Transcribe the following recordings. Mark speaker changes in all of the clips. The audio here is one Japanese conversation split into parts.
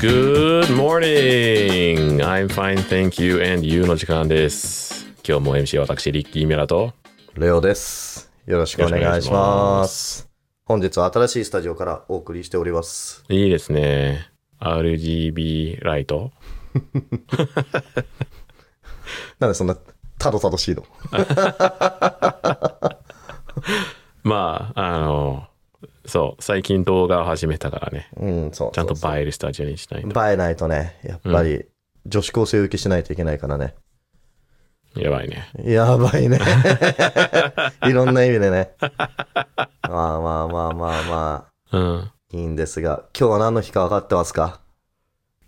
Speaker 1: Good morning! I'm fine, thank you, and you の時間です。今日も MC は私、リッキー・ミラと。
Speaker 2: レオです。よろしくお願
Speaker 1: よろ
Speaker 2: い
Speaker 1: し
Speaker 2: し
Speaker 1: くお願いしま
Speaker 2: ます。本日は新しいスタジオからお送りしております。
Speaker 1: いいですね。RGB ライト。
Speaker 2: なんでそんな、たどたどしいの
Speaker 1: まあ、あの、そう、最近動画を始めたからね。
Speaker 2: うん、そう。
Speaker 1: ちゃんと
Speaker 2: そう
Speaker 1: 映えるスタジオにしたい
Speaker 2: そう
Speaker 1: と。
Speaker 2: 映えないとね、やっぱり、女子高生受けしないといけないからね。
Speaker 1: やばいね。
Speaker 2: やば いね。いろんな意味でね。まあまあまあまあまあ、
Speaker 1: うん。今
Speaker 2: いいんですが、今日は何の日か分かってますか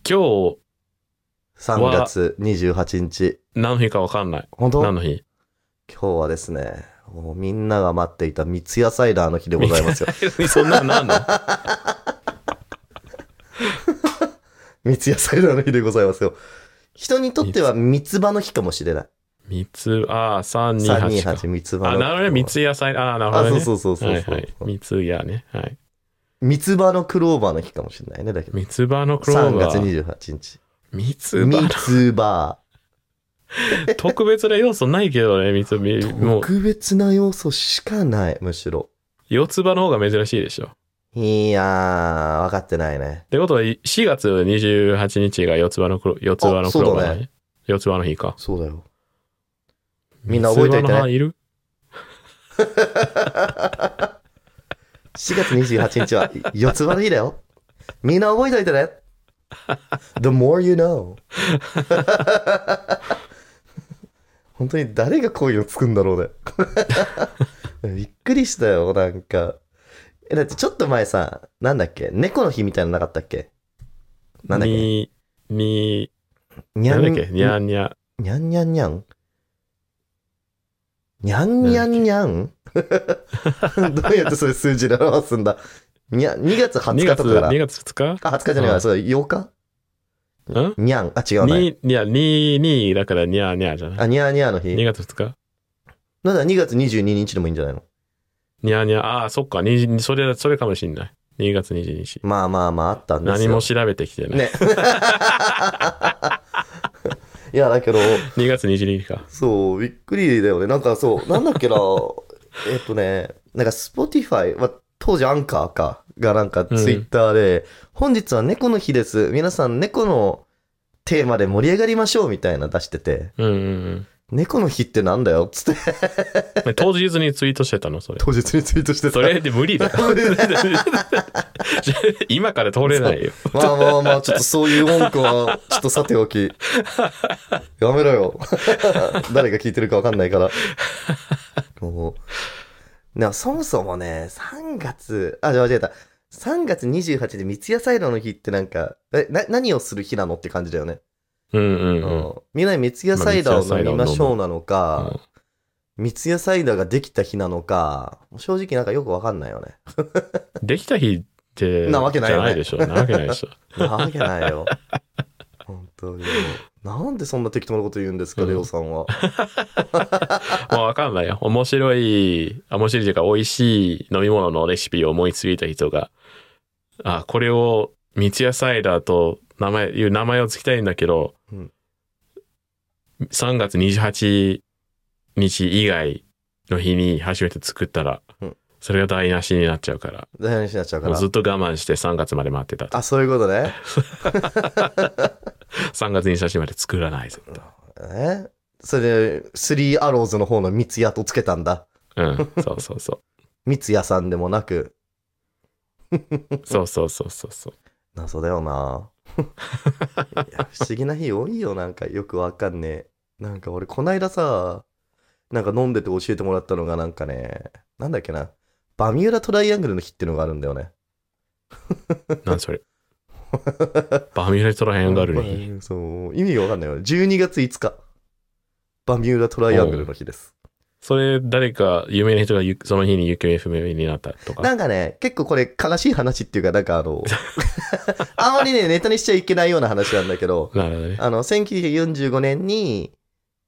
Speaker 1: 日、
Speaker 2: ?3 月28日。
Speaker 1: 何の日かわかんない。
Speaker 2: 本当
Speaker 1: 何
Speaker 2: 今
Speaker 1: の日
Speaker 2: 日はですね、もうみんなが待っていた三ツ矢サイダーの日でございますよ。
Speaker 1: そんなのなんだ
Speaker 2: 三ツ矢サイダーの日でございますよ。人にとっては三つ葉の日かもしれない。
Speaker 1: 三つ、ああ、三二八か。
Speaker 2: 328三つ葉の
Speaker 1: あ、
Speaker 2: 日。
Speaker 1: なるほどね。三つ野菜。ああ、なるほ
Speaker 2: あ、
Speaker 1: ど
Speaker 2: そ
Speaker 1: ね。
Speaker 2: うそうそうそう
Speaker 1: はいう
Speaker 2: そそう、
Speaker 1: はい。三つ矢ね。はい。
Speaker 2: 三つ葉のクローバーの日かもしれないね、だけど。
Speaker 1: 三つ葉のクロー
Speaker 2: 3
Speaker 1: バ
Speaker 2: 月
Speaker 1: ー。
Speaker 2: 28日。
Speaker 1: 三つ葉
Speaker 2: 三
Speaker 1: の。
Speaker 2: つ葉。
Speaker 1: 特別な要素ないけどね、三つ葉。もう、
Speaker 2: 特別な要素しかない、むしろ。
Speaker 1: 四つ葉の方が珍しいでしょ。っ
Speaker 2: いやー、分かってないね。
Speaker 1: てことは、4月28日が四つ葉のクロ、四つ葉のクロー
Speaker 2: あ
Speaker 1: バ
Speaker 2: そう
Speaker 1: ー、
Speaker 2: だ
Speaker 1: ね。四つ葉の日か。
Speaker 2: そうだよ。みんな覚えておい
Speaker 1: 三つ
Speaker 2: てね
Speaker 1: 葉の花いる
Speaker 2: 4月28日は四つ葉の日だよ。みんな覚えておいてね。The more you know. 本当に誰がこういうの作るんだろうね。びっくりしたよ、なんか。え、だってちょっと前さ、なんだっけ猫の日みたいなのなかったっけなんだっけ
Speaker 1: に、に、
Speaker 2: に
Speaker 1: なんだっけに
Speaker 2: にゃ
Speaker 1: ゃ
Speaker 2: ん
Speaker 1: んにゃ。
Speaker 2: にゃんにゃんにゃんにゃんにゃんにゃん どうやってそれ数字で表すんだにゃ ?2 月20
Speaker 1: 2月、
Speaker 2: 日とかから
Speaker 1: 2。月2日
Speaker 2: あ、20日じゃないわ、
Speaker 1: うん
Speaker 2: そう、8日
Speaker 1: うん
Speaker 2: にゃん。あ、違うね。
Speaker 1: に、にゃ、に、に、だからにゃにゃじゃな
Speaker 2: あ、
Speaker 1: い。
Speaker 2: にゃーにゃーの
Speaker 1: 2
Speaker 2: 日。
Speaker 1: 月2日
Speaker 2: なんだ、2月22日でもいいんじゃないの
Speaker 1: にゃにゃ、ああ、そっか、に、それ、それかもしんない。2月22日。
Speaker 2: まあまあまあ、あったんです
Speaker 1: 何
Speaker 2: よ。
Speaker 1: も調べてきてない。
Speaker 2: ね。 いや、だけど、
Speaker 1: 2月22日か。
Speaker 2: そう、びっくりだよね。なんかそう、なんだっけな、 えっとね、なんか Spotify、まあ、当時アンカーか、がなんか
Speaker 1: うん
Speaker 2: Twitter で、本日は猫の日です。皆さん猫のテーマで盛り上がりましょうみたいな出してて、
Speaker 1: うんうん
Speaker 2: 猫の日ってなんだよっつって、
Speaker 1: うん。 当日にツイートしてたの、それ。
Speaker 2: 当日にツイートしてた。
Speaker 1: それで無理だよ。 今から通れないよ。
Speaker 2: まあまあまあ、ちょっとそういう文句は、ちょっとさておき。やめろよ。 誰が聞いてるかわかんないから。もう。なそもそもね、3月、あ、間違えた。3月28日で三ツ矢サイダーの日ってなんか、え、な、何をする日なのって感じだよね。
Speaker 1: うんう
Speaker 2: うん
Speaker 1: うん。
Speaker 2: みんなで三ツ矢サイダーを飲みましょうなの
Speaker 1: うん
Speaker 2: か、三ツ矢サイダーができた日なのか、正直なんかよくわかんないよね。
Speaker 1: できた日って、
Speaker 2: なわけない
Speaker 1: じ
Speaker 2: よ
Speaker 1: ゃ
Speaker 2: ね
Speaker 1: ないでしょ。なわけないでしょ。
Speaker 2: なわけないよ。本当に。なんでそんな適当なこと言うんですか、
Speaker 1: うん
Speaker 2: レオさん
Speaker 1: も
Speaker 2: は。
Speaker 1: うわかんないよ。面白い、面白いというか美味しい飲み物のレシピを思いついた人が、あ、これを三ツ矢サイダーと名前、いう名前を付きたいんだけど、
Speaker 2: うん
Speaker 1: 3月28日以外の日に初めて作ったら、
Speaker 2: うん
Speaker 1: それが台無しになっちゃうから、
Speaker 2: 大変になっちゃうか
Speaker 1: もう
Speaker 2: ら
Speaker 1: ず。っと我慢して3月まで待ってたと。
Speaker 2: あ、そういうことね。
Speaker 1: 3月28日まで作らないぞと。
Speaker 2: えそれで、スリーアローズの方の三ツ矢とつけたんだ。
Speaker 1: うん、そうそうそう。
Speaker 2: 三ツ矢さんでもなく、
Speaker 1: そうそうそうそうそう。
Speaker 2: 謎だよな。いや、不思議な日多いよ、なんかよくわかんねえ。なんか俺、こないださ、なんか飲んでて教えてもらったのがなんかね、なんだっけな、バミューダトライアングルの日ってのがあるんだよね。
Speaker 1: なんそれ。バミューレトライアンガルの日。
Speaker 2: うんそう、意味がわかんないよ。12月5日。バミューダトライアングルの日です。
Speaker 1: それ、誰か有名な人がゆその日に行方不明になったとか。
Speaker 2: なんかね、結構これ悲しい話っていうか、なんかあ の、あんまりね、ネタにしちゃいけないような話なんだけ ど、
Speaker 1: なるほどね。
Speaker 2: あの、1945年に、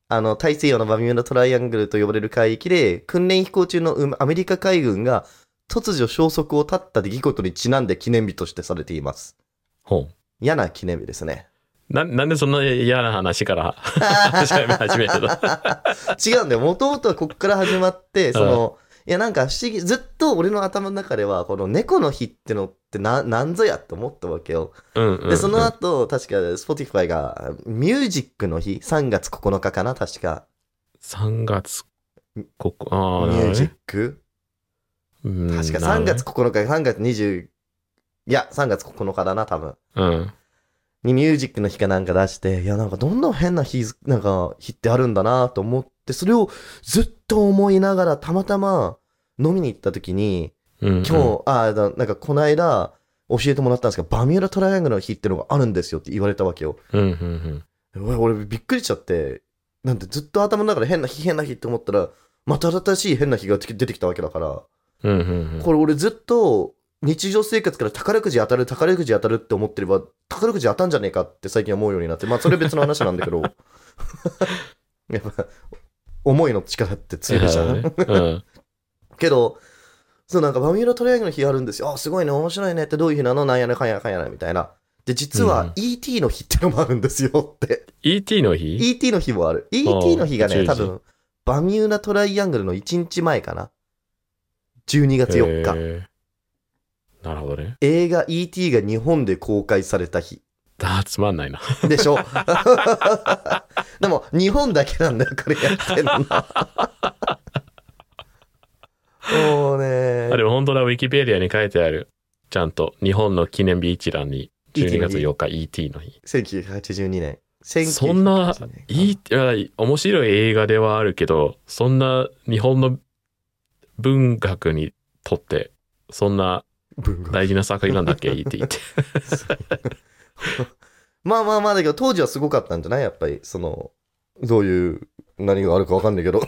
Speaker 2: あの、大西洋のバミューダトライアングルと呼ばれる海域で、訓練飛行中のうんアメリカ海軍が突如消息を絶った出来事にちなんで記念日としてされています。
Speaker 1: ほう。
Speaker 2: 嫌な記念日ですね。
Speaker 1: な、なんでそんな嫌な話から始め始めたの
Speaker 2: 違うんだよ。もともとはこっから始まって、その、いやなんか不思議、ずっと俺の頭の中では、この猫の日ってのってな、なんぞやって思ったわけよ。
Speaker 1: うんうん、うん。
Speaker 2: で、その後、確か Spotify が、ミュージックの日、3月9日かな、確か。
Speaker 1: 3月、ここ、
Speaker 2: ミ
Speaker 1: ああ、
Speaker 2: ュージック
Speaker 1: うん
Speaker 2: 確か3月。9日、3月20、いや、3月9日だな、多分。
Speaker 1: なるほどね
Speaker 2: にミュージックの日かなんか出して、いや、なんかどんな変な日、なんか日ってあるんだなと思って、それをずっと思いながら、たまたま飲みに行った時に、
Speaker 1: うん。うん、うん。
Speaker 2: 今日、ああ、だなんかこの間、教えてもらったんですけど、バミューラトライアングルの日ってのがあるんですよって言われたわけよ。
Speaker 1: うん、うん、うん。
Speaker 2: うわ俺びっくりしちゃって、なんてずっと頭の中で変な日、変な日って思ったら、また新しい変な日が出てきたわけだから、
Speaker 1: うん、うん。
Speaker 2: これ俺ずっと日常生活から宝くじ当たる宝くじ当たるって思ってれば宝くじ当たんじゃねえかって最近思うようになってまあそれ別の話なんだ けどやっぱ思いの力って強いじゃん、
Speaker 1: うん。
Speaker 2: けどそうなんかバミューラトライアングルの日あるんですよあすごいね面白いねってどういう日なのなんやねかんやかんやねみたいなで実
Speaker 1: うん
Speaker 2: は ET の日ってのもあるんですよって
Speaker 1: ET の日
Speaker 2: ET の日もある ET の日が
Speaker 1: 10
Speaker 2: ね
Speaker 1: 時
Speaker 2: 多分バミューラトライアングルの1日前かな12月4日
Speaker 1: へーなるほどね。
Speaker 2: 映画 E.T. が日本で公開された日。
Speaker 1: あーつまんないな。
Speaker 2: でしょ でも、日本だけなんだよ、これやって んのな。もうね。
Speaker 1: あ、でも本当だ、ウィキペディアに書いてある。ちゃんと、日本の記念日一覧に、12月4日 ET の日。
Speaker 2: 1982年。1982年
Speaker 1: そんな、いい、あ面白い映画ではあるけど、そんな日本の文学にとって、そんな
Speaker 2: 文豪
Speaker 1: 大事な作品なんだっけ ?ET って。
Speaker 2: まあまあまあだけど、当時はすごかったんじゃないやっぱり、その、どういう、何があるかわかんないけど、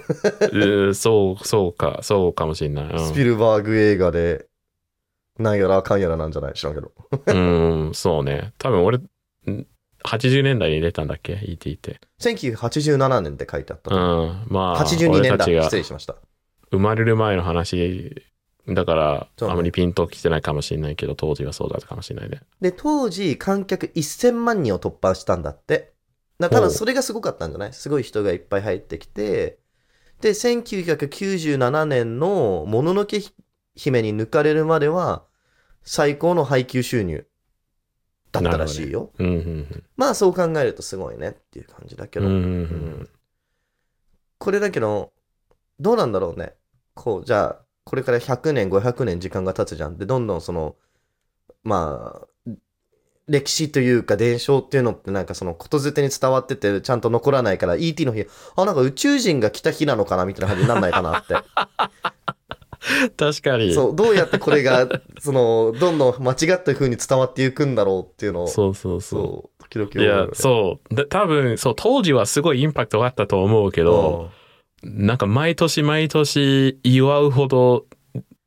Speaker 1: うんそう、そうか、そうかもしんない。うん
Speaker 2: スピルバーグ映画で、なんやらかんやらなんじゃない知らんけど。
Speaker 1: うん、そうね。多分俺、ん80年代に出たんだっけ ?ET って。
Speaker 2: 1987年って書いてあった
Speaker 1: うん。。まあ、
Speaker 2: 82年
Speaker 1: 俺た
Speaker 2: だ。
Speaker 1: ちが
Speaker 2: 失礼しました。
Speaker 1: 生まれる前の話だから、
Speaker 2: そうね
Speaker 1: あまりピンときてないかもしれないけど、当時はそうだったかもしれないね。
Speaker 2: で、当時、観客1000万人を突破したんだって。だか
Speaker 1: ほ
Speaker 2: ら、
Speaker 1: う
Speaker 2: それがすごかったんじゃないすごい人がいっぱい入ってきて、で、1997年のもののけ姫に抜かれるまでは、最高の配給収入だったらしいよ。
Speaker 1: うん、うん
Speaker 2: まあ、そう考えるとすごいねっていう感じだけ
Speaker 1: うん、
Speaker 2: ど。
Speaker 1: うんう
Speaker 2: うんんこれだけど、どうなんだろうね。こう、じゃあ、これから100年、500年時間が経つじゃん。で、どんどんその、まあ、歴史というか伝承っていうのってなんかそのことづてに伝わっててちゃんと残らないから ET の日、あ、なんか宇宙人が来た日なのかなみたいな感じになんないかなって。
Speaker 1: うん。確かに。
Speaker 2: そう、どうやってこれが、その、どんどん間違った風に伝わっていくんだろうっていうのを、
Speaker 1: そうそうそう。
Speaker 2: そう、時々
Speaker 1: いや、
Speaker 2: う
Speaker 1: そう。で多分、そう、当時はすごいインパクトがあったと思うけ
Speaker 2: け
Speaker 1: ど、なんか毎年毎年祝うほど、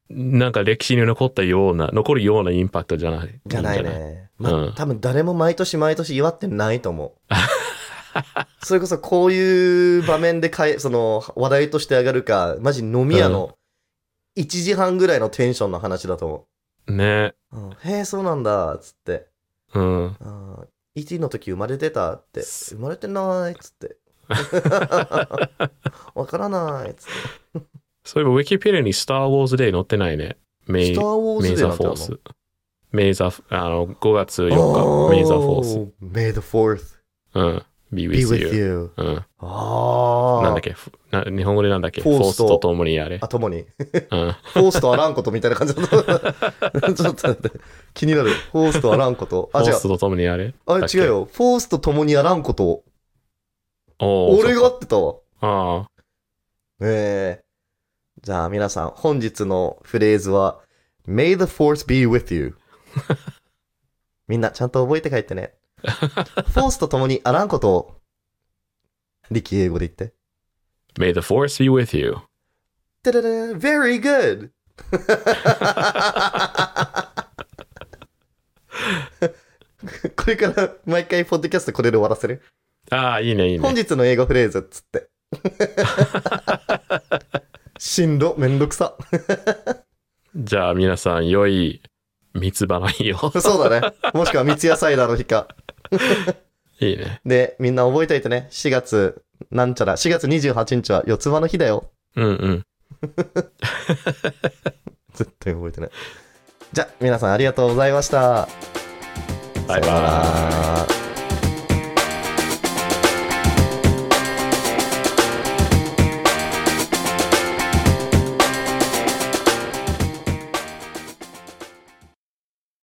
Speaker 1: なんか歴史に残ったような、残るようなインパクトじゃない。
Speaker 2: じゃない。ね。まあ、
Speaker 1: うん
Speaker 2: 多分誰も毎年毎年祝ってないと思う。 それこそこういう場面でかい、その話題として上がるか、マジ飲み屋の1時半ぐらいのテンションの話だと思
Speaker 1: ね。
Speaker 2: う。うん、へえ、そうなんだ、つって。
Speaker 1: うん。
Speaker 2: あー ET の時生まれてたって。
Speaker 1: す
Speaker 2: 生まれてない、つって。わからない、つって。
Speaker 1: そういえば、ウィキペディアにスター・ウォーズ・デイ載ってないね。メイ
Speaker 2: スター・ウォー
Speaker 1: メ
Speaker 2: ズ
Speaker 1: イ
Speaker 2: で
Speaker 1: ザ
Speaker 2: な
Speaker 1: ーフォ
Speaker 2: んてある
Speaker 1: ー
Speaker 2: の
Speaker 1: ス。メイザー、あの、5月4日、メイザーフォース。。
Speaker 2: メイザーフォース。
Speaker 1: うん。be
Speaker 2: be
Speaker 1: with
Speaker 2: with
Speaker 1: you.
Speaker 2: you.
Speaker 1: うん。
Speaker 2: ああ。
Speaker 1: なんだっけふな日本語でなんだっけ
Speaker 2: フ
Speaker 1: フ
Speaker 2: ォ
Speaker 1: ォ
Speaker 2: ー
Speaker 1: ー
Speaker 2: ス
Speaker 1: ス
Speaker 2: と
Speaker 1: と共にあれ。
Speaker 2: あ、ともに。
Speaker 1: うん。
Speaker 2: フォースとあらんことみたいな感 じだった。ちょっと待って。気になる。フォースとあらんこと。
Speaker 1: フ
Speaker 2: あ、
Speaker 1: ォ
Speaker 2: 違
Speaker 1: ー
Speaker 2: う
Speaker 1: ス。と共にあれ。
Speaker 2: あれ
Speaker 1: だっけ
Speaker 2: 違うよ。フォースと共にあらんこと。
Speaker 1: おー
Speaker 2: 俺が
Speaker 1: そ
Speaker 2: 合
Speaker 1: っか
Speaker 2: ってたわ。
Speaker 1: あ
Speaker 2: ええじゃあ皆さん、本日のフレーズは、May the force be with you. みんな、ちゃんと覚えて帰っ てね。フォースと共にあらんことを。力英語で言って。
Speaker 1: あ。May the force be with you.
Speaker 2: てれれ very good! これから毎回ポッドキャストこれで終わらせる
Speaker 1: ああ、いいね、いい
Speaker 2: 本
Speaker 1: ね。
Speaker 2: 日の英語フレーズっつ って。しんど、めんどくさ。
Speaker 1: じゃあ皆さん、良い三つ葉の日を。
Speaker 2: そうだね。もしくは三ツ矢サイダーの日か。
Speaker 1: いいね。
Speaker 2: で、みんな覚えておいてね。4月、なんちゃら、4月28日は四つ葉の日だよ。
Speaker 1: うんうん。
Speaker 2: 絶対覚えてない。じゃあ、皆さんありがとうございました。
Speaker 1: バイバ
Speaker 2: さよなら
Speaker 1: ーイ。